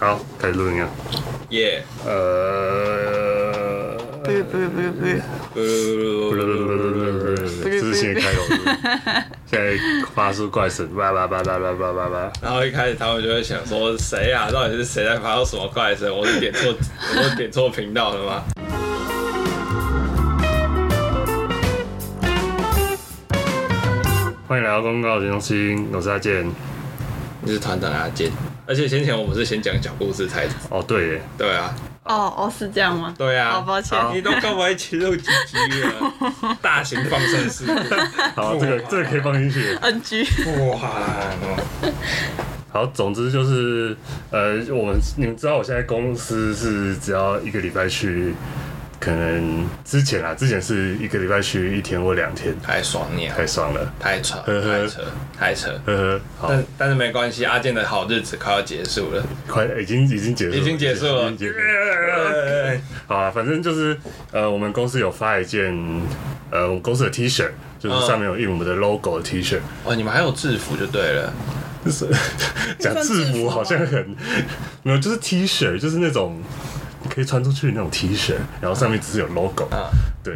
好，开始录音啊。耶！呃，不不不不，不是不是不是不是不是不是，这是新的开头。 现在发出怪声，叭叭叭叭叭叭叭叭。然后一开始他们就会想说，谁啊？到底是谁在发出什么怪声？我是点错，我是点错频道了 吗？欢迎来到公告集中心，我是阿健。你是团长阿健。而且先前我们是先讲讲故事才哦，对耶，对啊，哦哦，是这样吗？对啊。好抱歉好你都干嘛一起录几集 了？大型放生事故。好，这个这个可以放进去。 NG，哇！好，总之就是，呃，我们你们知道，我现在公司是只要一个礼拜去，可能之前啊，之前是一个礼拜去一天或两天，太爽你啊！太爽了，太扯！呵呵太扯！太扯！呵呵。好，但但是没关系，阿健的好日子快要结束了。快已经已经结束了，已经结束了已经结束好啊，反正就是呃，我们公司有发一件呃，我们公司的 T 恤，嗯就是上面有印我们的 logo 的 T 恤。 哦，你们还有制服就对了。就是 讲制服好像很没有，就是 T 恤，就是那种你可以穿出去的那种 T 恤，然后上面只是有 logo。啊对，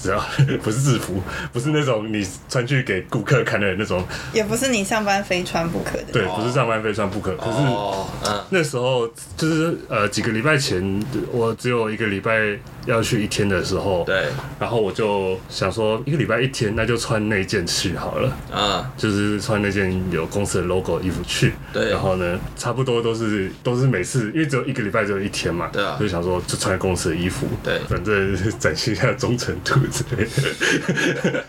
只要 不是制服，不是那种你穿去给顾客看的那种。 也不是你上班非穿不可的。对，不是上班非穿不可。可是哦，嗯，那时候就是呃几个礼拜前，我只有一个礼拜要去一天的时候，对，然后我就想说一个礼拜一天，那就穿那件去好了，嗯，就是穿那件有公司的 logo 的衣服去。对然后呢，差不多都是都是每次，因为只有一个礼拜只有一天嘛，对啊就想说就穿公司的衣服，对反正展现一下忠诚度之类的。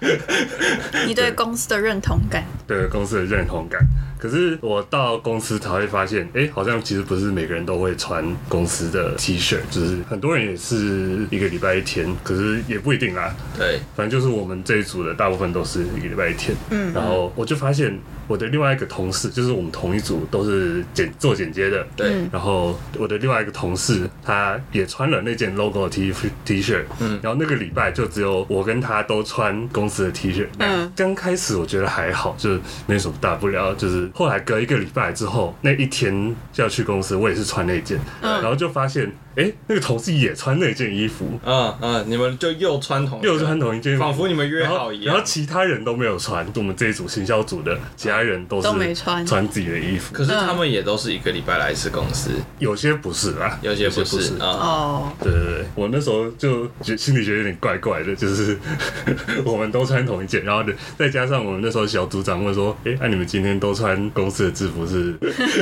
你对公司的认同感，对公司的认同感。可是我到公司才会发现，哎，好像其实不是每个人都会穿公司的 T 恤，就是很多人也是一个礼拜一天，可是也不一定啦。对，反正就是我们这一组的大部分都是一个礼拜一天。嗯，然后我就发现我的另外一个同事，就是我们同一组都是剪做剪接的，对，然后我的另外一个同事，他也穿了那件 logo 的 T T 恤，嗯，然后那个礼拜就只有我跟他都穿公司的 T 恤，嗯刚开始我觉得还好，就是没什么大不了，就是后来隔一个礼拜之后，那一天要去公司，我也是穿那件，然后就发现，哎，那个同事也穿那件衣服，嗯嗯，你们就又穿同一个又穿同一件衣服，仿佛你们约然好后一然后样。其他人都没有穿，我们这一组行销组的其他人都是都没穿穿自己的衣服，可是他们也都是一个礼拜来一次公司，有些不是啦，有些不嗯不是啊。哦，对对对，我那时候就觉心里觉得有点怪怪的，就是 我们都穿同一件，然后呢再加上我们那时候小组长问说：“哎，那、你们今天都穿公司的制服是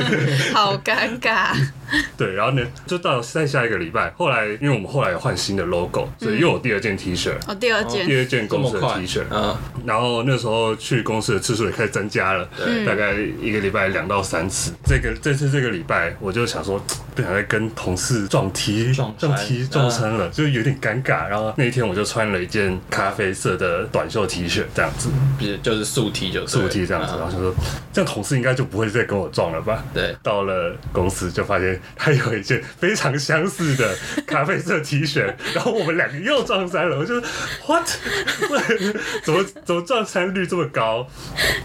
好尴尬。？”对，然后呢，就到再下一个礼拜，后来因为我们后来有换新的 logo，所嗯以又有第二件 T 恤，哦，第二第件，二件啊这公么司的快 T 恤，嗯，然后那时候去公司的次数也开始增加了，大概一个礼拜两到三次。这个这次这个礼拜，我就想说不想再跟同事撞踢撞衫嗯撞踢撞衫了，就是有点尴尬。然后那一天我就穿了一件咖啡色的短袖 T 恤，这样子比如就是速踢就嗯竖 T 这样子，嗯然后想说这样同事应该就不会再跟我撞了吧？对，到了公司就发现他有一件非常相似的咖啡色 T 恤，然后我们两个又撞衫了。我就 what？怎么怎么撞衫率这么高？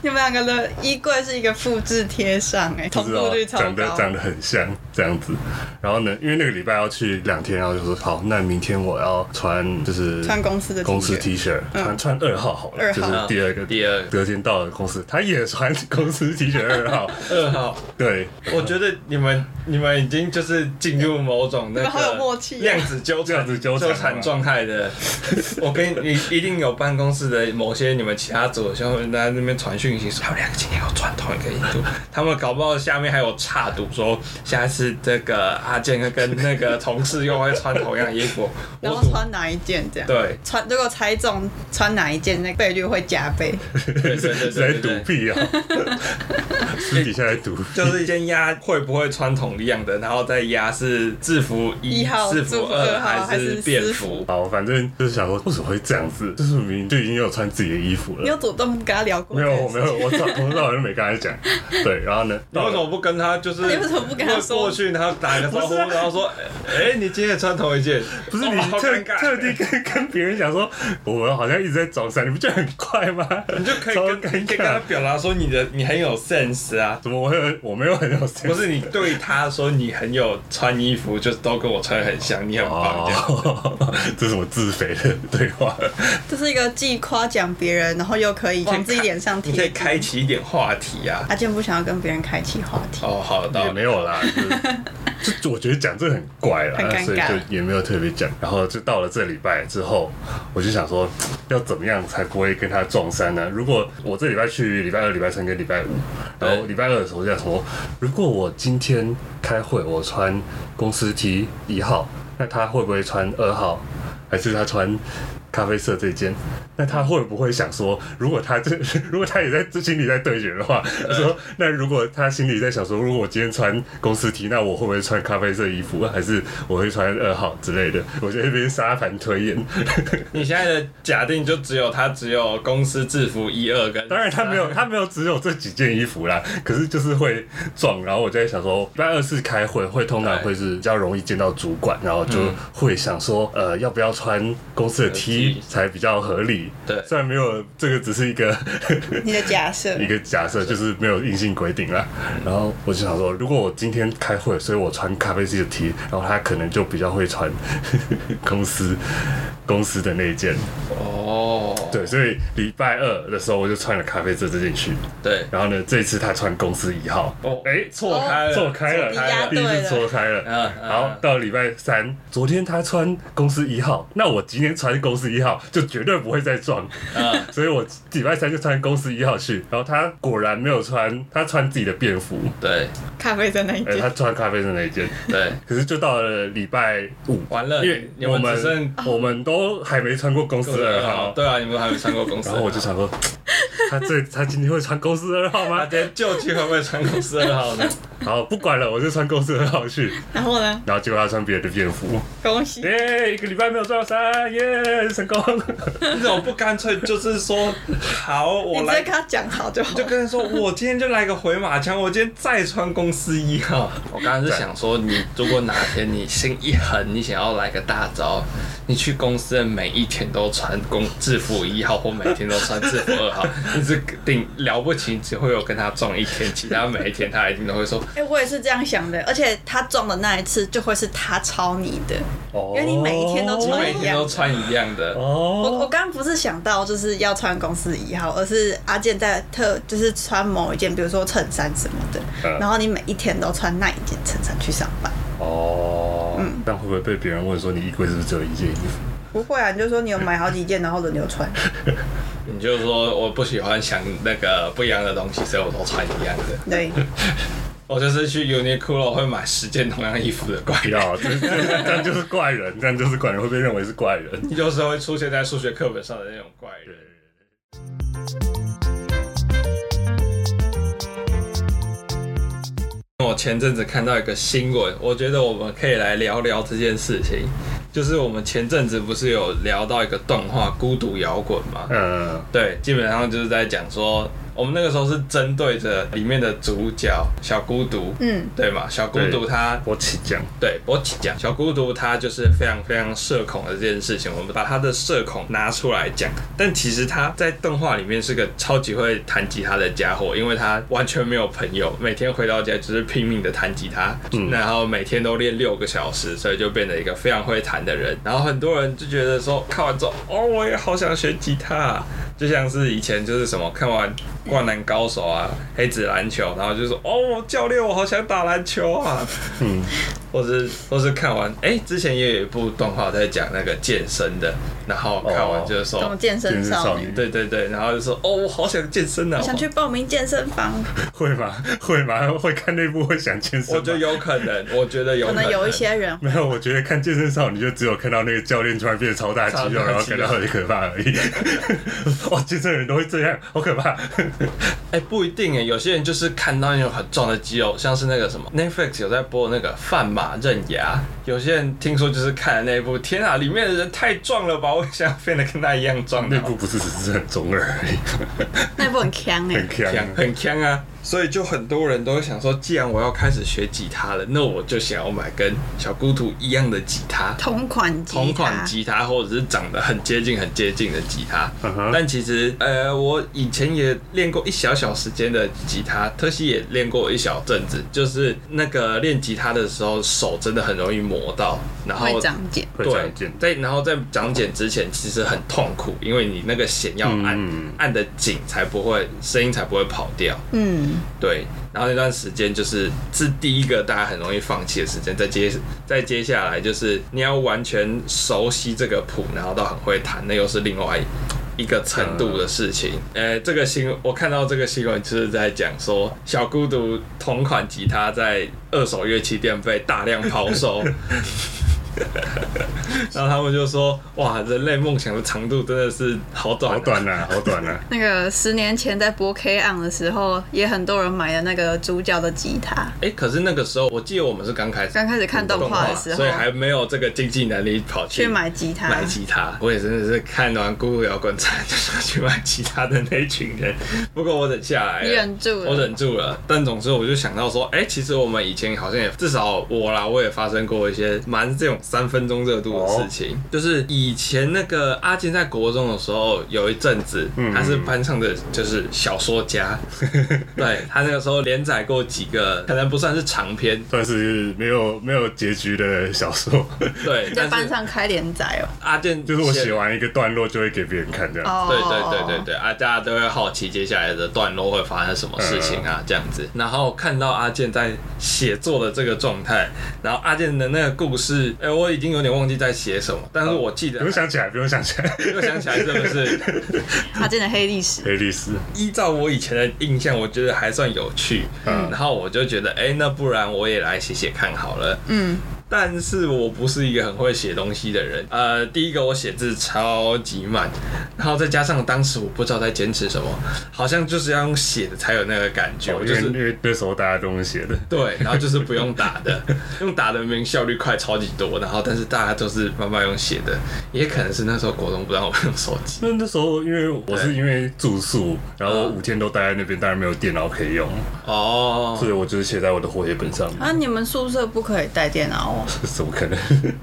你们两个的衣柜是一个复制贴上，哎，不同知步道率超长得高。长得很像这样子。然后呢，因为那个礼拜要去两天，然后就说好，那明天我要穿就是穿公司的 T 恤嗯公司 T 恤，穿穿二号好了，二就号嗯是第二个第二个隔天到了公司，他也穿公司 T 恤二号，二号，对。我觉得你们你们已经就是进入某种那你们好有默个契哦量子纠量子纠缠纠缠状态的。我跟你一定有办公室的某些你们其他组的兄弟在那边传讯息说，他们两个今天有穿同一个衣服，他们搞不好下面还有差赌说，下次这个阿健跟那个同事又会穿同样的衣服，然后我赌穿哪一件这样？对穿如果猜中穿哪一件，那倍率会加倍。对对对是对在对赌对。屁啊！ 私底下在赌，就是先压会不会穿同样的，然后再压是制服一号制服制服二号还还是是便私服服？好，反正就是想说，为什么会这样子？就是明明就已经有穿自己的衣服你有了。主动跟他聊过？没有，我没。有，我早从头到尾就没跟他讲。对，然后呢？你为什么不跟他就是？你为什么不跟他说过去他打个招呼，然后说，哎、你今天也穿同一件，不是啊哦你好特尴尬特地跟跟别人讲说，我好像一直在装傻，你不觉得很快吗？你就可以超跟你尴可以跟他尬。表达说你的你很有 sense 啊，怎么我有我没有很有 sense？不是你对他说你很有穿衣服，就是都跟我穿得很像，你很棒这样。哦， 这是我自肥的对话。这是一个既夸奖别人，然后又可以往自己脸上你可以贴。开启一点话题啊。阿健不想要跟别人开启话题，哦，好的，也没有 啦，就是就我觉得讲这个很怪很啦，尴尬所以就也没有特别讲。然后就到了这礼拜之后，我就想说，要怎么样才不会跟他撞衫呢？如果我这礼拜去礼拜二、礼拜三跟礼拜五，然后礼拜二的时候我就想说，如果我今天开会我穿公司 T 一号，那他会不会穿二号？还是他穿咖啡色这件，那他会不会想说，如果他这 如果他也在这心里在对决的话，呃他说那如果他心里在想说，如果我今天穿公司 T，那我会不会穿咖啡色衣服，还是我会穿二号之类的？我在那边沙盘推 演，你现在的假定就只有他只有公司制服一二跟，当然他没有，他没有只有这几件衣服啦，可是就是会撞。然后我就在想说，礼拜二是开会，会通常会是比较容易见到主管，然后就会想说，呃，要不要穿公司的 T 呃 T 才比较合理？对虽然没有这个，只是一个你的假设一个假设，就是没有硬性规定啦。然后我就想说，如果我今天开会，所以我穿咖啡色的 T，然后他可能就比较会穿 公司公司的那一件。哦，对，所以礼拜二的时候我就穿了咖啡色这件去。对，然后呢，这一次他穿公司一号，哦哎，错错开了，错开了，你压第对一了次错开了嗯，嗯然后到礼拜三，昨天他穿公司一号，那我今天穿公司一号就绝对不会再撞，嗯，所以我礼拜三就穿公司一号去，然后他果然没有穿，他穿自己的便服，对咖啡在那一哎，件他，穿咖啡色那一件，对，可是就到了礼拜五，完了，因为你我们只剩们我们都还没穿过公司二号，对啊，你们还没穿过公司，然后我就想说，他这他今天会穿公司二号他吗？今天旧期会不会穿公司二号呢？然后不管了，我就穿公司二号去。然后呢？然后结果他穿别人的便服，恭喜耶、一个礼拜没有撞衫，耶、成功！你怎么不干脆就是说，好，我你直来接跟他讲好就好就。跟人说，我今天就来个回马枪，我今天再穿公司啊一号。我刚刚是想说，你如果哪天你心一狠，你想要来个大招，你去公司的每一天都穿公制服一号，或每天都穿制服 二号，你只顶了不起，只会有跟他撞一天，其他每一天他一定都会 说，哎、我也是这样想的，而且他中的那一次就会是他抄你的。哦 因为你每一天都你穿每天都穿一样的。我我哦，刚刚不是想到就是要穿公司一号，而是阿健在特就是穿某一件，比如说衬衫什么的，嗯然后你每一天都穿那一件衬衫去上班。哦，但会不会被别人问说你衣柜是不是只有一件衣服？不会啊，你就说你有买好几件，然后轮流穿。你就说我不喜欢想那个不一样的东西，所以我都穿一样的。对，我就是去 Uniqlo 会买十件同样衣服的怪不人。要，这这这样就是怪人， 这样就是怪人，会被认为是怪人。有时候会出现在数学课本上的那种怪人。我前阵子看到一个新闻，我觉得我们可以来聊聊这件事情。就是我们前阵子不是有聊到一个动画《孤独摇滚》吗？嗯，对，基本上就是在讲说，我们那个时候是针对着里面的主角小孤独，嗯，对嘛？小孤独他我起讲，对，我讲小孤独，他就是非常非常社恐的这件事情，我们把他的社恐拿出来讲。但其实他在动画里面是个超级会弹吉他的家伙，因为他完全没有朋友，每天回到家就是拼命的弹吉他，然后每天都练六个小时，所以就变得一个非常会弹的人。然后很多人就觉得说，看完之后，哦，我也好想学吉他、啊。就像是以前就是什么看完《灌篮高手》啊，《黑子篮球》，然后就说哦，教练，我好想打篮球啊。或是或是看完，哎、之前也有一部动画在讲那个健身的，然后看完就是说，什么健身真是少少女女，，对对对，然后就说，哦，我好想健身啊，想去报名健身房，会吗？ 会吗？会看那部会想健身我吗？我觉得有可 能，我觉得有可能能有一些人没有，我觉得看健身少女就只有看到那个教练突然变得超大肌超大肌肉，肉然后感到很可怕而已。 哇，健身的人都会这样，好可怕！哎、不一定哎，有些人就是看到那种很壮的肌肉，像是那个什么 Netflix 有在播那个《范马刃牙》，有些人听说就是看了那一部，天啊，里面的人太壮了吧，我也想变得跟他一样壮，那部不是只是很中二而已， 那一部很强哎、很强。很强啊，所以就很多人都会想说，既然我要开始学吉他了，那我就想要买跟小姑图一样的吉他，同款啊吉他同款吉他，或者是长得很接近、很接近的吉他。嗯哼但其实，呃，我以前也练过一小小时间的吉他，特西也练过一小阵子，就是那个练吉他的时候，手真的很容易磨到，然后会长茧，会对，常见。在然后在长茧之前，其实很痛苦，因为你那个弦要按、嗯按的紧，才不会声音才不会跑掉。嗯，对，然后那段时间就是是第一个大家很容易放弃的时间，再接再接下来就是你要完全熟悉这个谱，然后到很会弹，那又是另外一个程度的事情。嗯呃，这个新我看到这个新闻就是在讲说，小孤独同款吉他在二手乐器店被大量抛 售。然后他们就说：“哇，人类梦想的长度真的是好短、好短啊，好短啊！那个十年前在播 K on 的时候，也很多人买的那个主角的吉他。哎、可是那个时候，我记得我们是刚开始刚开始看动画的时候所以，还没有这个经济能力跑去去买吉他，买吉他。我也真的是看完《咕咕摇滚站》就想去买吉他的那一群 人，不过我忍下来你了。忍住我了。忍住了，但总之我就想到说，哎、其实我们以前好像也至少我啦，我也发生过一些蛮这种三分钟热度的事情。哦就是以前那个阿金在国中的时候，有一阵子嗯他是班上的就是小说 家，对他那个时候连载过几个，可能不算是长篇，算是没有没有结局的小说， 对，在但是班上开连载哦。阿健就是我写完一个段落就会给别人看这样。哦，对对对对对啊，大家都会好奇接下来的段落会发生什么事情啊，这样子。然后看到阿健在写作的这个状态，然后阿健的那个故事，哎、我已经有点忘记在写什么，但是我记得 不用想起来，不用想起来。又想起来，是不是？ 他真的黑历史。黑历史，依照我以前的印象，我觉得还算有趣。嗯然后我就觉得，哎、那不然我也来写写看好了。嗯，但是我不是一个很会写东西的人。呃，第一个我写字超级慢，然后再加上当时我不知道在坚持什么，好像就是要用写的才有那个感觉，哦我因就为是因为那时候大家都是写的，对，然后就是不用打的， 用打的明明效率快超级多，然后但是大家都是慢慢用写的，也可能是那时候国中不让我们用手机。那那时候因为我是因为住宿，然后嗯五天都待在那边，当然没有电脑可以用，哦，所以我就是写在我的活页本上面。啊，你们宿舍不可以带电脑哦。 怎么可能？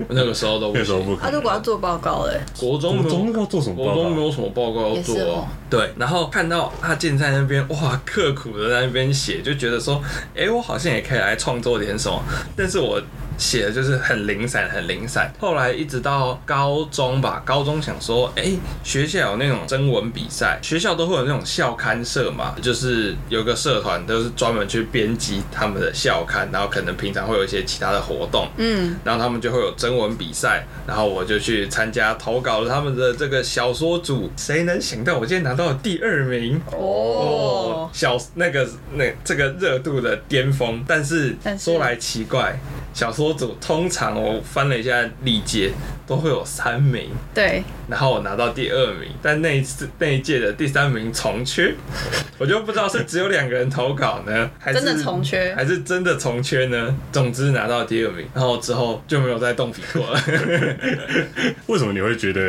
那个时候都不那时候行，不可啊，能如。果要做报告欸嘞，国中我没们有中要做什么我报都告没？有什么报告要做、啊也是哦对，然后看到阿健在那边哇，刻苦的在那边写，就觉得说，哎、我好像也可以来创作点什么，但是我写的就是很零散，很零散。后来一直到高中吧，高中想说，哎、学校有那种征文比赛，学校都会有那种校刊社嘛，就是有个社团都是专门去编辑他们的校刊，然后可能平常会有一些其他的活动，嗯，然后他们就会有征文比赛，然后我就去参加投稿了他们的这个小说组。谁能想到我今天拿到了第二名？哦，小那个那这个热度的巅峰，但是但是说来奇怪，小说组通常我翻了一下历届都会有三名，对，然后我拿到第二名，但那一次那一届的第三名重缺， 我就不知道是只有两个人投稿呢，还是真的重缺还是真的重缺呢？总之拿到第二名，然后之后就没有再动笔过 了。为什么你会觉得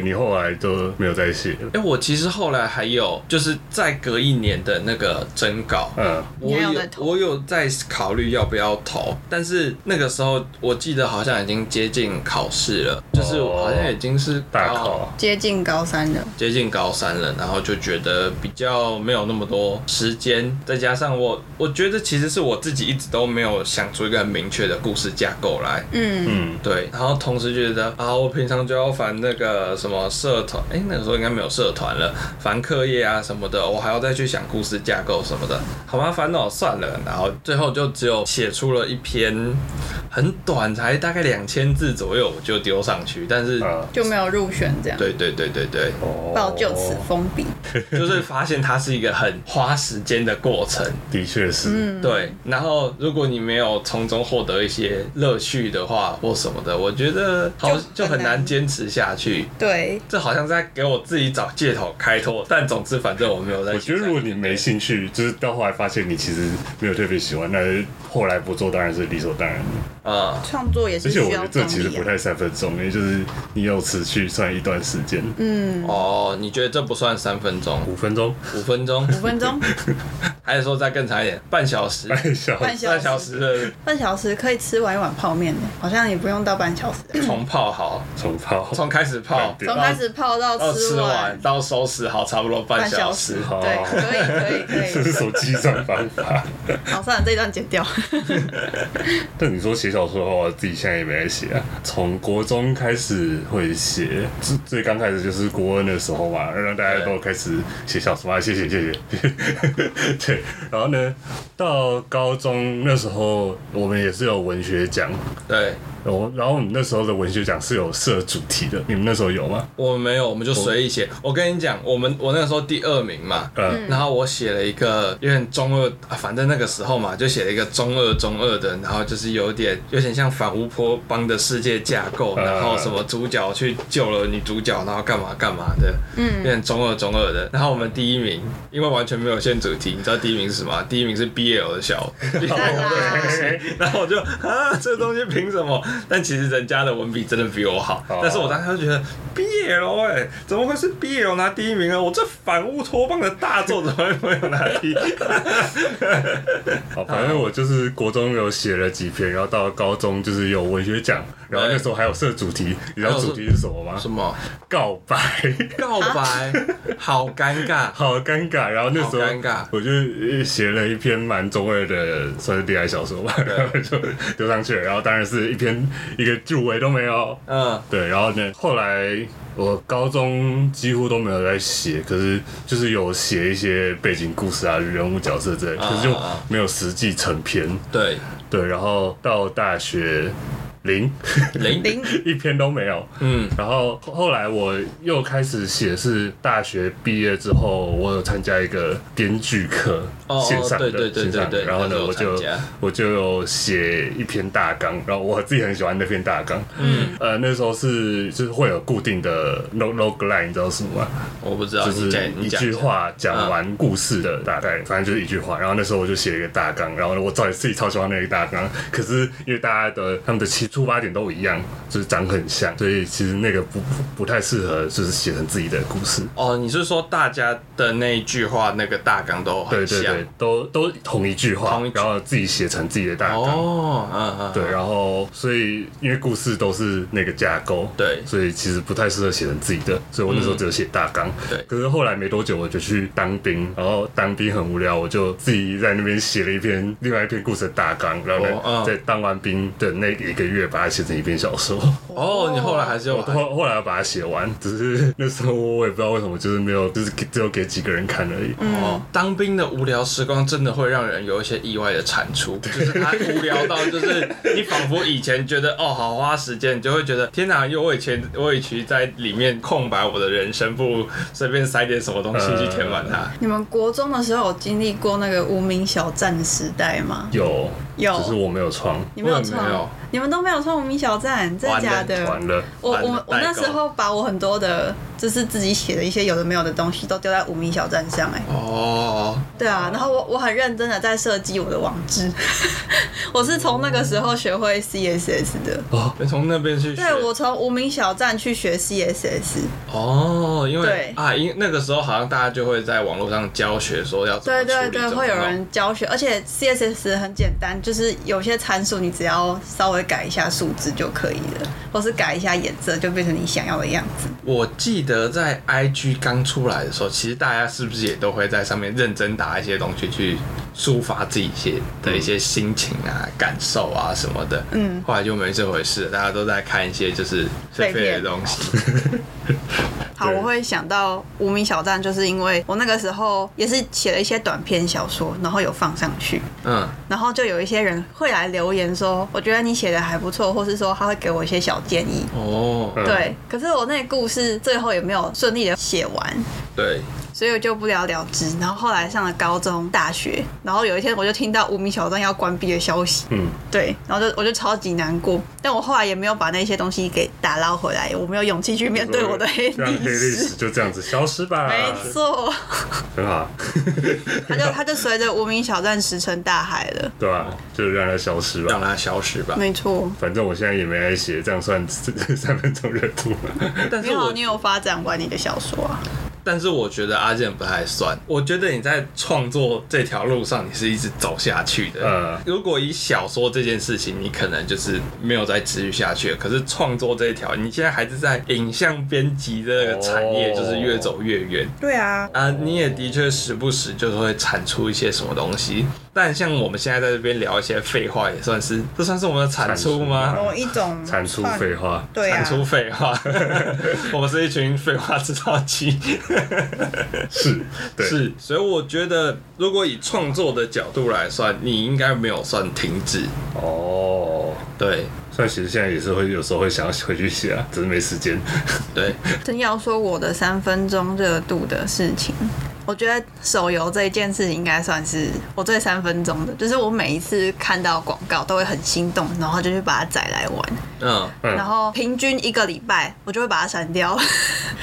你后来都没有再写了？哎、我其实后来还有就是再隔一年的那个征稿，嗯，我你还有有在投我有在考虑要不要投，但是那个时候我记得好像已经接近考试了，就是我好像已经是哦大高考接近高三的，接近高三了，然后就觉得比较没有那么多时间，再加上我，我觉得其实是我自己一直都没有想出一个很明确的故事架构来。嗯，嗯，对，然后同时觉得啊，我平常就要烦那个什么社团，哎，那个时候应该没有社团了，烦课业啊什么的，我还要再去想故事架构什么的，好麻烦哦，算了。然后最后就只有写出了一篇很短，才大概两千字左右，我就丢上去。但是，啊，就没有入选这样，对对对对对，哦报就此封笔。 就是发现它是一个很花时间的过程，的确是，嗯，对。然后如果你没有从中获得一些乐趣的话，或什么的，我觉得好就就很很难难坚持下去。对，这好像在给我自己找借口开脱，但总之反正我没有在。我觉得如果你没兴趣，就是到后来发现你其实没有特别喜欢，那后来不做当然是理所当然。啊、创作也是而且我需觉要得动这其实力不啊。太三分钟，因为就是你有持续算一段时间，嗯哦，你觉得这不算三分钟，五分钟、五分钟，五分钟、还是说再更长一点，半小时？半小时半小时半小时的半小时可以吃完一碗泡面的，好像也不用到半小时。重泡好，重泡，从开始泡对从开始泡到到吃哦吃完完，到收拾好，差不多半小时。哦半好对，可以可以这可以是。手机上方法。好，算了，这一段剪掉。但你说写小说的话，我自己现在也没在写啊。从国中开始会写，最最刚开始就是国恩的时候嘛，让大家都开始写小说啊，谢谢谢谢。 对，然后呢，到高中那时候，我们也是有文学奖，对，我然后我们那时候的文学奖是有设主题的，你们那时候有吗？我没有，我们就随意写。我跟你讲，我们我那个时候第二名嘛，哦嗯然后我写了一个有点中二，啊反正那个时候嘛，就写了一个中二中二的，然后就是有点有点像反乌托邦的世界架构，嗯然后什么主角去救了女主角，然后干嘛干嘛的，嗯，有点中二中二的。然后我们第一名，因为完全没有限主题，你知道第一名是什么？第一名是 BL 的小， 当 然啦然后我就啊，这东西凭什么？但其实人家的文笔真的比我好，哦但是我当时就觉得 BL 哎、怎么会是 BL 拿第一名啊？我这反乌托邦的大作怎么会没有拿第一？好，哦反正我就是国中有写了几篇，然后到高中就是有文学奖，然后那时候还有设主题，你知道主题是什么吗？ 什么告白，告白？好尴尬。好尴尬。然后那时候好尴尬我就呃写了一篇蛮中二的，算是恋爱小说吧，然后就丢上去了。然后当然是一篇一个入围都没有。嗯，对，然后呢，后来我高中几乎都没有在写，可是就是有写一些背景故事啊、人物角色之类，可是就啊啊啊没有实际成篇。对，对，然后到大学零零零一篇都没有。嗯，然后后后来我又开始写，是大学毕业之后，我有参加一个编剧课，哦哦线上的对对对线上的对对然后呢那时，候我就参加我就有写一篇大纲，然后我自己很喜欢那篇大纲。嗯，呃，那时候是就是会有固定的 log log line，你知道是什么吗？我不知道，就啊你讲是你一讲嗯句话讲完故事的大概，反正就是一句话。然后那时候我就写了一个大纲，然后我照自己超喜欢那个大纲，可是因为大家的他们的起出发点都一样，就是长很像，所以其实那个不不不太适合，就是写成自己的故事。哦，你是说大家的那一句话那个大纲都对很对像对？，都都同一句话同一，句然后自己写成自己的大纲。哦，嗯嗯，对，然后所以因为故事都是那个架构，对所以其实不太适合写成自己的，所以我那时候只有写大纲。嗯对可是后来没多久我就去当兵，然后当兵很无聊，我就自己在那边写了一篇另外一篇故事的大纲，然后呢，哦嗯在当完兵的那一个月把它写成一篇小 说。哦，你后来还是我有后后来把它写完，只是那时候我也不知道为什么，就是没有，就是给只有给几个人看而已。哦，当兵的无聊时光真的会让人有一些意外的产出，就是他无聊到，就是你仿佛以前觉得哦好花时间，你就会觉得天哪，因为我以前我以前在里面空白我的人生，不如随便塞点什么东西去填满它。你们国中的时候有经历过那个无名小站的时代吗？有有只是我没有创，你们有我也没有创？你们都没有创无名小站，真的完了假的？完了。我完我了我代那购时候把我很多的，就是自己写的一些有的没有的东西都丢在无名小站上、哎，哦，对啊，然后我我很认真的在设计我的网址， 我是从那个时候学会 CSS 的，你哎从那边去学对我从无名小站去学 CSS，哦，因为对啊，因那个时候好像大家就会在网络上教学说要怎么对处对理对，怎么会有弄人教学，而且 CSS 很简单，就是有些参数你只要稍微改一下数值就可以了，或是改一下颜色就变成你想要的样子。我记得在 IG 刚出来的时候，其实大家是不是也都会在上面认真打一些东西去抒发自己一些的一些心情啊、感受啊什么的？嗯，后来就没这回事了，大家都在看一些就是废废的东西。好，对我会想到无名小站，就是因为我那个时候也是写了一些短篇小说，然后有放上去，嗯，然后就有一些人会来留言说，我觉得你写的还不错，或是说他会给我一些小建议。哦，嗯对，可是我那个故事最后也没有顺利的写完，对，所以我就不了了之。然后后来上了高中、大学，然后有一天我就听到无名小站要关闭的消息，嗯，对，然后就我就超级难过。但我后来也没有把那些东西给打捞回来，我没有勇气去面对我的黑让历黑历史。史就这样子消失吧，没错，很 好，他就他就随着无名小站石沉大海了。对吧、就让它消失吧让。它消失吧。没错，反正我现在也没爱写，这样算 三分钟热度吗？ 但是你好，我你有发展完你的小说啊？但是我觉得阿健不太算。我觉得你在创作这条路上，你是一直走下去的。嗯如果以小说这件事情，你可能就是没有再持续下去了。可是创作这一条，你现在还是在影像编辑这个产业，哦就是越走越远。对啊，啊，你也的确时不时就是会产出一些什么东西，但像我们现在在这边聊一些废话，也算是这算是我们的产出吗？哦一种产出废话，对啊产出废话， 我们是一群废话制造机。是，对，是，所以我觉得，如果以创作的角度来算，你应该没有算停止。哦。对所以其实现在也是会有时候会想要回去写啊，只是没时间。对，真要说我的三分钟热度的事情，我觉得手游这一件事情应该算是我最三分钟的，就是我每一次看到广告都会很心动，然后就去把它载来玩，嗯，嗯然后平均一个礼拜我就会把它删掉。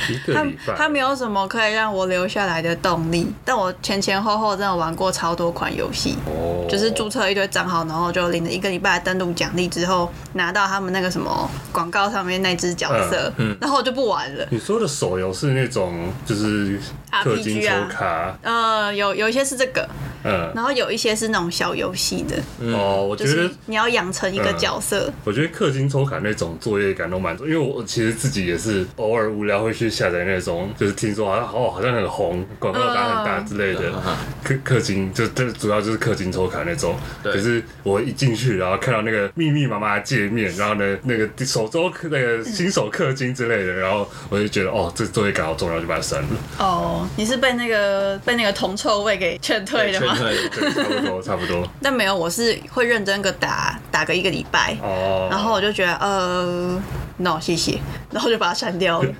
一它个礼拜，它没有什么可以让我留下来的动力，但我前前后后真的玩过超多款游戏。哦，就是注册一堆账号，然后就领了一个礼拜的登录奖励之后，拿到他们那个什么广告上面那只角色，嗯然后我就不玩了。你说的手游是那种就是氪金 RPG 啊抽卡，呃，有有一些是这个，嗯，然后有一些是那种小游戏的，哦，我觉嗯就得是你要养成一嗯个角色。我觉得氪金抽卡那种作业感都蛮重，因为我其实自己也是偶尔无聊会去下载那种，就是听说好像好好像很红，广告打很大之类的嗯嗯，氪氪金就这主要就是氪金抽卡那种。对可是我一进去，然后看到那个密密麻麻的界面，然后呢那个首周氪那个新手氪金之类的，然后我就觉得哦这作业感好重，然后就把它删 了。哦，你是被那个被那个铜臭味给劝退的劝吗？ 退对，差不多差不多。但没有，我是会认真个打打个一个礼拜，哦，然后我就觉得呃，no，谢谢，然后就把它删掉 了。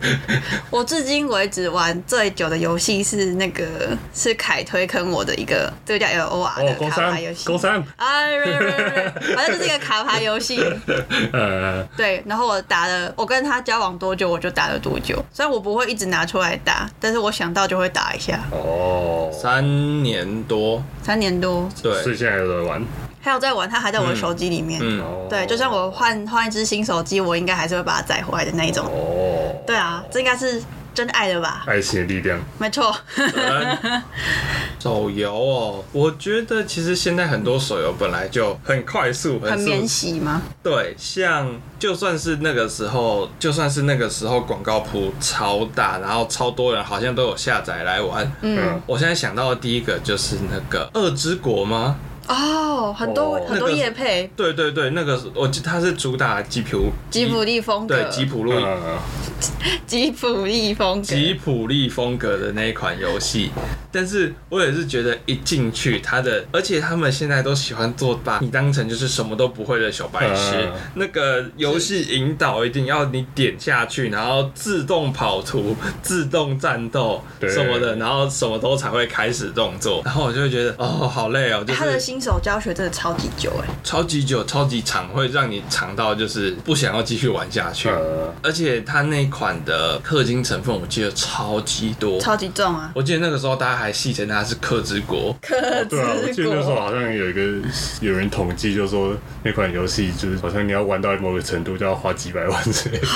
我至今为止玩最久的游戏是那个是凯推坑我的一个，这个叫 L O R 哦，的工卡商牌游戏。工商，啊，对对对对对，反正就是一个卡牌游戏。呃，对，然后我打了，我跟他交往多久我就打了多久。虽然我不会一直拿出来打，但是我想到就会打一下。 哦，三年多，三年多，所以对，现在还有在玩。还有在玩，他还在我的手机里面。嗯，哦对，就算我换换一只新手机，我应该还是会把它载回来的那一种。哦，对啊，这应该是真爱了吧？爱情的力量，没错， 手游哦，我觉得其实现在很多手游本来就很快速，很速免洗吗？对，像就算是那个时候，就算是那个时候广告铺超大，然后超多人好像都有下载来玩。嗯嗯，我现在想到的第一个就是那个《恶之国》吗？哦，很多、哦很那多个夜配，对对对，那个我记它是主打吉普吉普力风格，对吉普嗯路嗯嗯吉普力风格，吉普力风格的那一款游戏，但是我也是觉得一进去它的，而且他们现在都喜欢做把你当成就是什么都不会的小白痴。嗯那个游戏引导一定要你点下去，然后自动跑图、自动战斗对什么的，然后什么都才会开始动作。然后我就会觉得哦，好累哦，就他的是新手教学真的超级久哎、超级久、超级长，会让你长到就是不想要继续玩下去。呃，而且它那款的氪金成分，我记得超级多，超级重啊！我记得那个时候大家还戏称它是克之国，克制对啊，我记得那时候过，好像有一个有人统计，就说那款游戏就是好像你要玩到某个程度，就要花几百万之类的。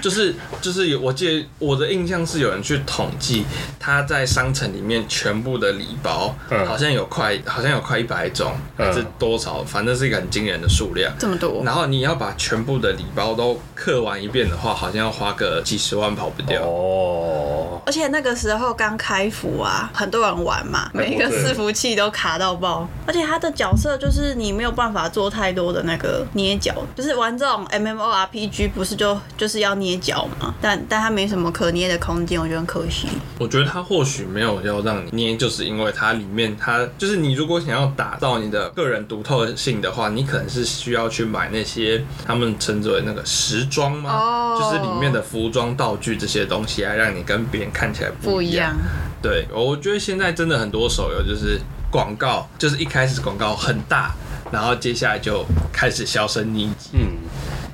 就是就是有，我记得我的印象是有人去统计它在商城里面全部的礼包，嗯好像有快好像有快一百种嗯还是多少，反正是一个很惊人的数量。这么多，然后你要把全部的礼包都刻完一遍的话，好像要花个几十万跑不掉。哦，而且那个时候刚开服啊，很多人玩嘛，每一个对伺服器都卡到爆。而且他的角色就是你没有办法做太多的那个捏脚，就是玩这种 MMORPG 不是就就是要捏脚嘛？但但他没什么可捏的空间，我觉得很可惜。我觉得它或许没有要让你捏，就是因为它里面它就是你如果想要打造你的个人独特性的话，你可能是需要去买那些他们称之为那个时装吗？哦就是里面的服装道具这些东西，来让你跟别点看起来不不一样。对，我觉得现在真的很多手游就是广告，就是一开始广告很大，然后接下来就开始销声匿迹。嗯，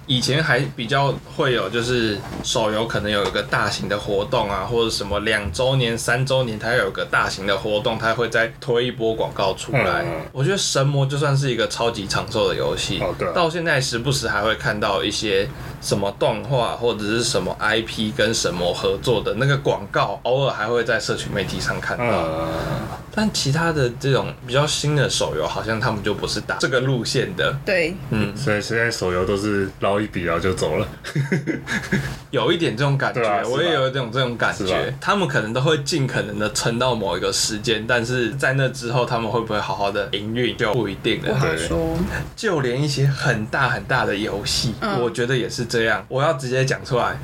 以前还比较会有，就是手游可能有一个大型的活动啊，或者什么两周年、三周年，它有一个大型的活动，它会再推一波广告出来。嗯我觉得《神魔》就算是一个超级长寿的游戏，哦对啊到现在时不时还会看到一些什么动画或者是什么 IP 跟神魔合作的那个广告，偶尔还会在社群媒体上看到。啊呃，但其他的这种比较新的手游，好像他们就不是打这个路线的。对，嗯，所以现在手游都是捞一笔然后就走了， 有一点这种感觉，对啊是吧我也有一种这种感是吧觉。他们可能都会尽可能的撑到某一个时间，但是在那之后他们会不会好好的营运就不一定不了。好说。就连一些很大很大的游戏，嗯我觉得也是这样。我要直接讲出来，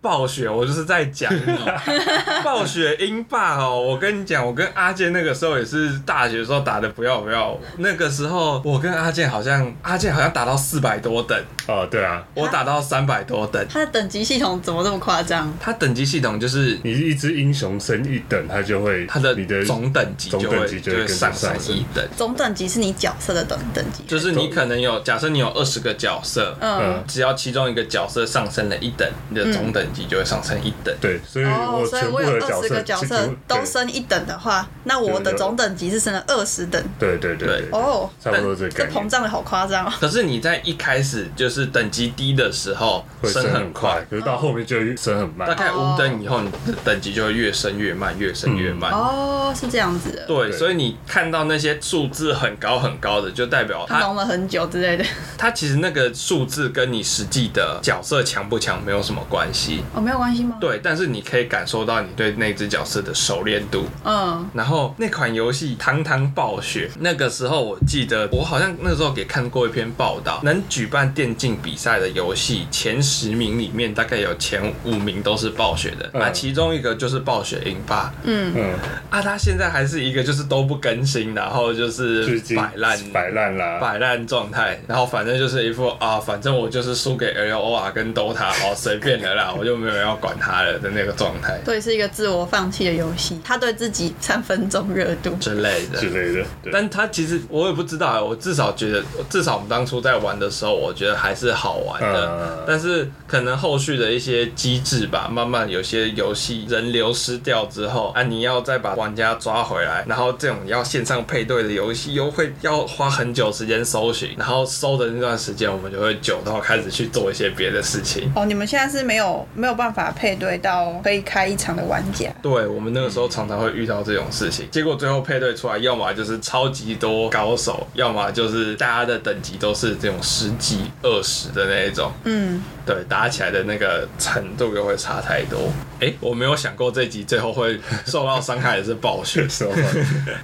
暴雪，我就是在讲你，哦暴雪英霸哦。我跟你讲，我跟阿健那个时候也是大学的时候打的不要不要，那个时候我跟阿健好像阿健好像打到四百多等，哦，对啊，我打到三百多等。它的等级系统怎么这么夸张？它等级系统就是你一只英雄升一等，它就会它的你的总等级就总等会级就就会会跟着上上升升一等，总等级是你角色的等等级，就是你可能有假设你有二十个角色，嗯嗯，只要其中一个角色上升了一等，你的总等级就会上升一等。对，所以哦我，所以全部我有的二角十色个角其实色都对升一等的话，那我的总等级是升了二十等。对对对对，对哦，差不多这个这概膨念。胀的好夸张哦。可是你在一开始就是等级低的时候会升很很快，，可是到后面就会升很大慢。概哦五等以后，你的等级就会越升越慢，越升越慢。哦，是这样子的，对，对所以你看到那些数字很高很高的，就代表他它弄了很久之类的。它其实那个数字跟你实际的角色强不强没有什么关系。 哦，没有关系吗？，对，但是你可以感受到你对那只角色的熟练度。嗯，然后那款游戏《堂堂暴雪》，那个时候我记得，我好像那时候给看过一篇报道，能举办电竞比赛的游戏前十名里面，大概有前五名都是暴雪的，嗯啊，其中一个就是暴雪英霸，嗯，啊，它现在还是一个就是都不更新，然后就就是已经摆烂。摆烂啦。摆烂状态，然后反正就是一副啊，反正我就是输给 L O R 跟 Dota，哦，随便了啦，我就没有要管它了的那个状态对，是一个自我放弃的游戏，他对自己三分钟热度。之类的之。类的，对 但他其实我也不知道欸，我至少觉得，至少我们当初在玩的时候，我觉得还是好玩的。嗯，但是可能后续的一些机制吧，慢慢有些游戏人流失掉之后，啊，你要再把玩家抓回来，然后这种要线上配对的游戏又会要花很久时间搜寻，然后搜的那段时间，我们就会久到开始去做一些别的事情。哦，你们现在是没有没有办法配对到可以开一场的玩家。对我们那个时候常常会遇到这种事情，结果最后配对出来，要么就是超级多高手，要么就是大家的等级都是这种十几、二十的那一种，嗯，对，打起来的那个程度又会差太多。哎、我没有想过这集最后会受到伤害的是暴雪手环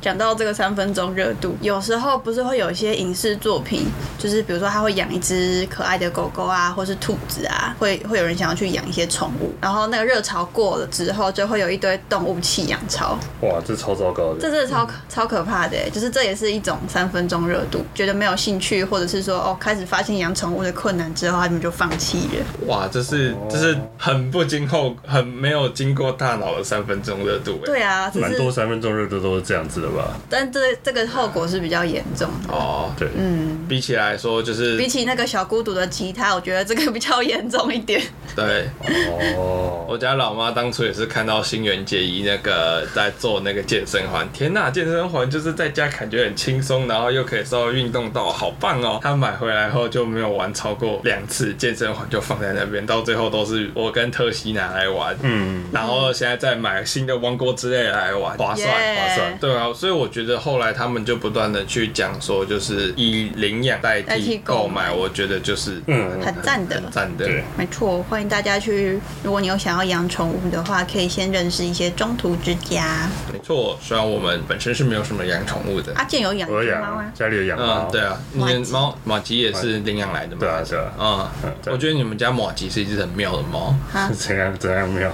讲到这个三分钟热度，有时候不是会有一些影视作品，就是比如说他会养一只可爱的狗狗啊，或是兔子啊，会会有人想要去养一些宠物，然后那个热潮过了之后，就会有一堆动物弃养潮，哇，这超糟糕的。这真的超可超可怕的欸，就是这也是一种三分钟热度，觉得没有兴趣，或者是说哦开始发现养宠物的困难之后，他们就放弃了。哇，这是这是很不经后、很没有经过大脑的三分钟热度、诶对啊，只蛮多是三分钟热度都是这样子的吧？但这这个后果是比较严重的。哦，对，嗯，比起来说就是比起那个小孤独的吉他，我觉得这个比较严重一点。 对。哦，我家老妈当初也是看到新垣结衣那个在做那个健身环，天呐，健身环就是在家感觉很轻松，然后又可以稍微运动到，好棒哦！她买回来后就没有玩超过两次，健身环就放在那边，到最后都是我跟特西拿来玩，嗯，然后现在再买新的王国之类的来玩，划算。耶划算对啊，所以我觉得后来他们就不断的去讲说，就是以领养代代替替购购买买，我觉得就是嗯很赞的很赞的。对，没错，欢迎大家去。如果你有想要养宠物的话，可以先认识一些中途之家。没错，虽然我们本身是没有什么养宠物的，阿健有养我一只有猫啊养，家里有养嗯猫，，对，啊，你马的吉猫马吉也是领养来的嘛，对啊，对啊，嗯嗯，对我觉得你们家马吉是一只很妙的猫，啊是，怎样怎样没有？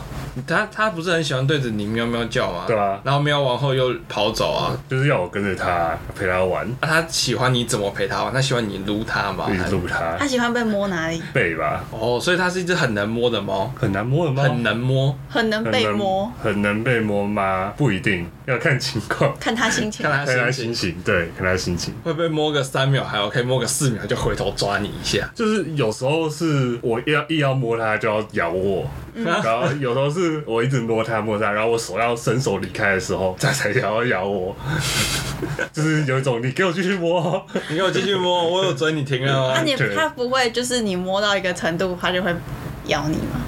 他他不是很喜欢对着你喵喵叫吗？对啊然后喵完后又跑走啊。就是要我跟着他陪他玩，啊，他喜欢你怎么陪他玩？他喜欢你撸他吗？一直撸他他喜欢被摸哪里？背吧，哦，所以它是一只很能摸的猫，很难摸的吗？很能摸。很能很被能摸，，很能被摸吗？不一定，要看情况，看他心情看。它看他心心情情，对，看他心情。会不会摸个三秒还 OK，摸个四秒就回头抓你一下。就是有时候是我要一要摸它就要咬我，然后有时候是我一直摸它摸它，然后我手要伸手离开的时候，它才想要咬我， 就是有一种你给我继续摸哦，你给我继续摸，我有追你停了 那吗？啊你对他不会就是你摸到一个程度，他就会咬你吗？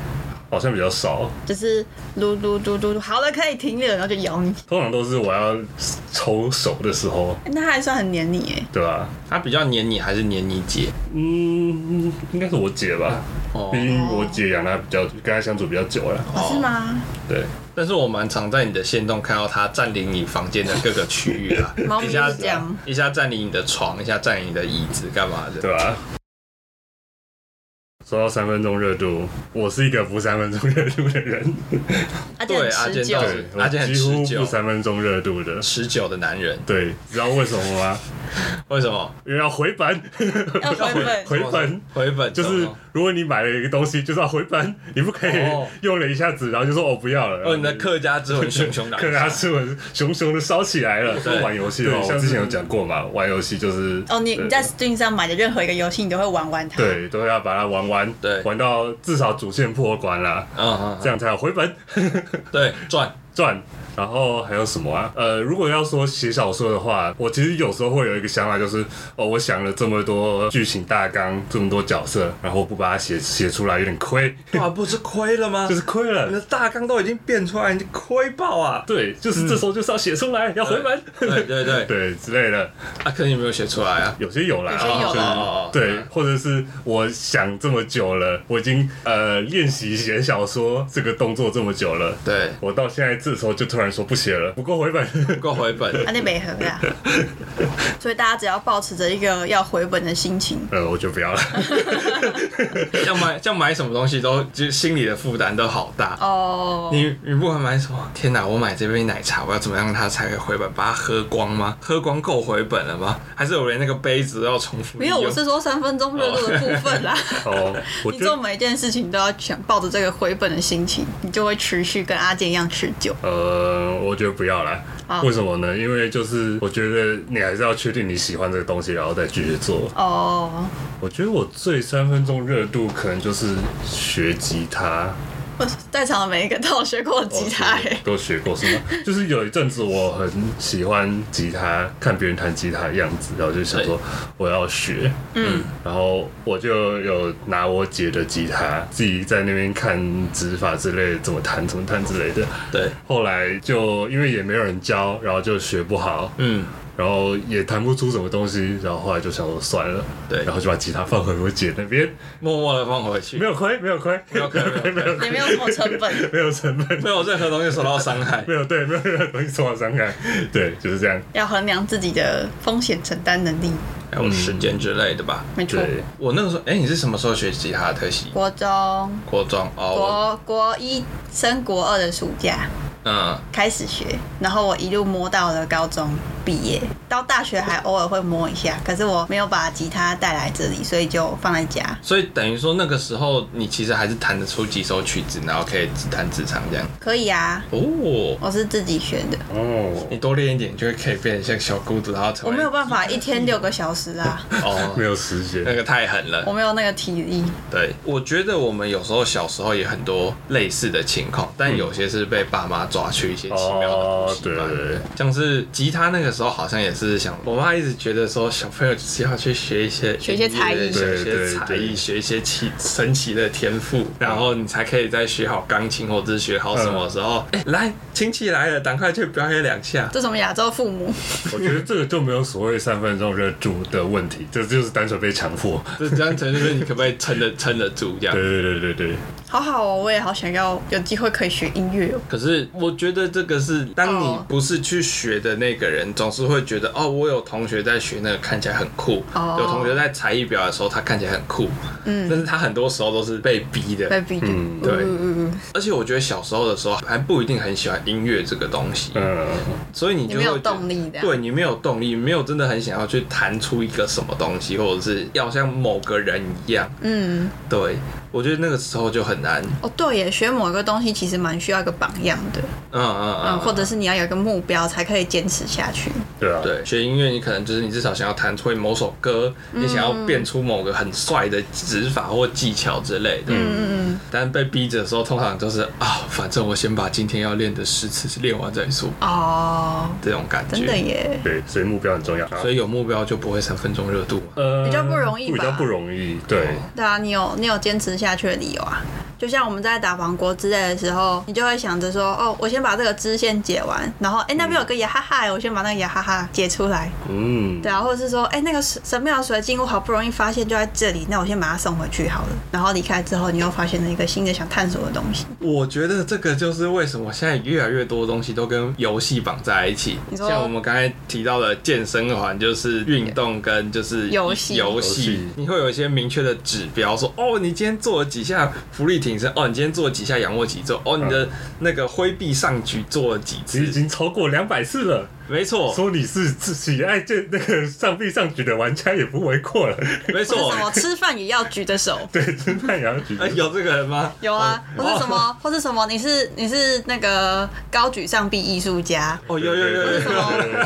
好像比较少，就是撸撸撸撸，撸好了可以停了，然后就咬你，欸通常都是我要抽手的时候，那他还算很黏你哎。对吧？它比较黏你还是黏你姐？嗯，应该是我姐吧，哦毕，竟我姐养它比较，跟它相处比较久了，哦，是吗？对。但是我蛮常在你的线洞看到它占领你房间的各个区域啦， 猫咪一下就是这样一下占领你的床，一下占领你的椅子，干嘛的？对啊吧、说到三分钟热度，我是一个不三分钟热度的人，而且很阿健持久到，对，而我且很几乎持久不三分钟热度的。持久的男人，对，知道为什么吗？为什么？因为要回本， 要回 本回本。回 本就是如果你买了一个东西，就是要回本，你不可以哦用了一下子，然后就说哦不要了。哦，你的客家之魂熊熊来，可能他是我熊熊的烧起来了。对说玩游戏对哦，像我是之前有讲过嘛，玩游戏就是哦，你对你在 Steam 上买的任何一个游戏，你都会玩玩它。，对都要把它玩完，对玩到至少主线破关啦， 嗯嗯这样才有回本。嗯，对，赚赚。然后还有什么啊？呃，如果要说写小说的话，我其实有时候会有一个想法，就是哦，我想了这么多剧情大纲，这么多角色，然后不把它写写出来，有点亏， 哇，不是亏了吗？就是亏你的了。大纲都已经变出来，你亏爆啊！对，就是这时候就是要写出来，要回本，对对对，对之类的，啊，可是你没有写出来啊。有些有啦，有些有就是啦哦对，或者是我想这么久了，我已经呃练习写小说这个动作这么久了，对，我到现在这时候就突然说不写了，不够回本。 不够回本。啊，那没合啦。所以大家只要保持着一个要回本的心情，呃，我就不要了。 要买要买什么东西都，就心里的负担都好大。哦，你你不管买什么，天哪！我买这杯奶茶，我要怎么样它才会回本？把它喝光吗？喝光够回本了吗？还是我连那个杯子都要重复利没用？有，我是说三分钟热度的部分啦。 哦，我你觉得做每一件事情都要想抱着这个回本的心情，你就会持续跟阿健一样持久。呃，我觉得不要啦。啊为什么呢？因为就是我觉得你还是要确定你喜欢这个东西，然后再继续做。哦，我觉得我最三分钟热度可能就是学吉他，哦我在场的每一个 都有学过吉他、欸，都学过 是吗？就是有一阵子我很喜欢吉他，看别人弹吉他的样子，然后就想说我要学，嗯，然后我就有拿我姐的吉他，自己在那边看指法之类的，怎么弹怎么弹之类的。对，后来就因为也没有人教，然后就学不好，嗯，然后也弹不出什么东西，然后后来就想说算了，对然后就把吉他放回我姐那边，默默的放回去，没有亏，没有亏，没有亏没有 亏没有亏也没有什么成本。没有成本，没有任何东西受到伤害 没。有对，没有任何东西受到伤害， 对，就是这样，要衡量自己的风险承担能力，还有时间之类的吧。没错。对，我那个时候，哎、你是什么时候学吉他的特西？国中、国中哦，国国一升国二的暑假我嗯，开始学，然后我一路摸到了高中毕业，到大学还偶尔会摸一下，可是我没有把吉他带来这里，所以就放在家。所以等于说那个时候你其实还是弹得出几首曲子，然后可以自弹自唱这样。可以啊，哦，我是自己学的，哦，你多练一点，你就会可以变成像小姑子，然后成我为没有办法一天六个小时 啊，哦没，有时间那，个太狠了我。没有那个体力。对，我觉得我们有时候小时候也很多类似的情况，但有些是被爸妈抓去一些奇妙的嗯补哦，习对班。对对，像是吉他那个时候，好像也是想，我妈一直觉得说，小朋友就是要去学一些学一些才艺音乐学对一些对才对艺，学一些奇神奇的天赋，然后你才可以再学好钢琴或者是学好什嗯么的时候，哎、来亲戚来了，赶快去表演两下。这种亚洲父母，我觉得这个就没有所谓三分钟热度的问 题，这就是单纯被强迫，啊这这样陈就是你可不可以撑得撑得住这样对？对对对对，好好哦，我也好想要有机会可以学音乐哦。可是我觉得这个是，当你哦不是去学的那个人，总是会觉得哦，我有同学在学那个，看起来很酷；哦有同学在才艺表演的时候，他看起来很酷。嗯，但是他很多时候都是被逼的。被逼的，嗯对嗯嗯嗯，而且我觉得小时候的时候还不一定很喜欢音乐这个东西，嗯，所以你你就没会有觉得动力的，对你没有动力，没有真的很想要去弹出一个什么东西，或者是要像某个人一样。嗯，对我觉得那个时候就很难，哦对耶，学某一个东西其实蛮需要一个榜样的，嗯嗯嗯，嗯，或者是你要有一个目标才可以坚持下去。对啊，对学音乐，你可能就是你至少想要弹会某首歌，你想嗯要变出某个很帅的指法或技巧之类的。嗯嗯但被逼着的时候，通常就是啊，反正我先把今天要练的十次练完再说，嗯，哦，这种感真的觉。耶，对，所以目标很重要。所以有目标就不会三分钟热度嘛。呃比较不容易吧比较不容易，对，对啊，你有你有坚持下去的理由啊。就像我们在打王国之类的时候，你就会想着说，哦，我先把这个支线解完，然后哎、那边有个雅哈哈，我先把那个雅哈哈解出来，嗯，对啊，或者是说，哎、那个神神庙水晶我好不容易发现就在这里，那我先把它送回去好了。然后离开之后，你又发现了一个新的想探索的东西，我觉得这个就是为什么现在越来越多东西都跟游戏绑在一起。你说像我们刚才提到的健身环，就是运动跟就是游戏游游戏戏，你会有一些明确的指标，说哦，你今天做了几下浮力挺身，哦，你今天做了几下仰卧起坐，哦，你的那个挥臂上举做了几其啊实已次，经超过两百次了，没错，说你是自己爱这那个上臂上举的玩家也不为过了。 没或者错什，么吃饭也要举着手。对，真的也要举。哎， 有这个人吗？有啊，哦或是什么，或是什么？你是你是那个高举上臂艺术家，哦，有有有有有或是什么，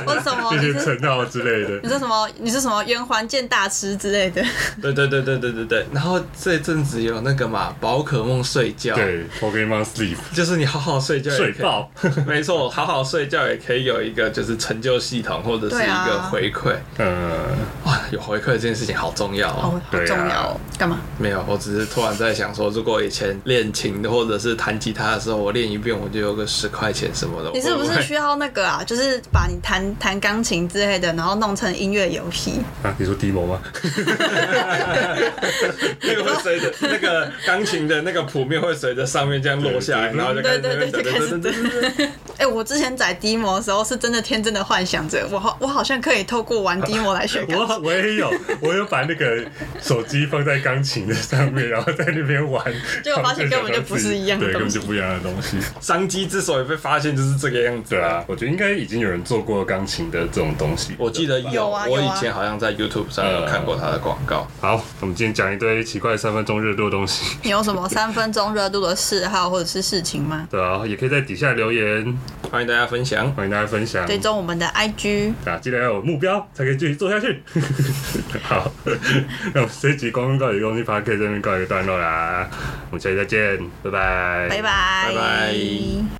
或是什么？这你些是称号之类的哦你，是什么？你是什么圆环剑大师之类的？对对对对对对对。然后这阵子有那个嘛，宝可梦睡觉，对，Pokemon Sleep 就是你好好睡觉也可睡以，爆， 没错，好好睡觉也可以有一个就是成就系统或者是对一啊个回馈。 呃，哇，有回馈这件事情好重要哦。哦，好重对要啊哦。干嘛？没有，我只是突然在想说，如果以前练琴的或者是弹吉他的时候，我练一遍我就有个十块钱什么的。你是不我是会需要那个啊？就是把你弹弹钢琴之类的，然后弄成音乐游戏。啊，你说 Demo 吗？那个会随着 那个钢琴的那个谱面会随着上面这样落下来，然后就开始嗯对对对就开始哎、我之前载 demo 的时候，是真的天真的幻想着，我好我好像可以透过玩 demo 来学钢琴。 我我也有，我有把那个手机放在钢琴的上面，然后在那边玩，结果发现根本就不是一样的对，根东本西就不一样的东西。商机之所以被发现就是这个样子对啊，。我觉得应该已经有人做过钢琴的这种东西。我记得有啊我有以啊前好像在 YouTube 上有看过他的广告。好，我们今天讲一堆奇怪三分钟热度的东西，你有什么三分钟热度的嗜好或者是事情吗？对啊，也可以在底下留言，嗯欢迎大家分享。欢迎大家分享。追踪我们的 IG，啊，记得要有目标才可以继续做下去。 好， 那我们这一集公共告解公司 p a r k 这边告一个段落啦，我们下期再见，拜拜，拜拜，拜拜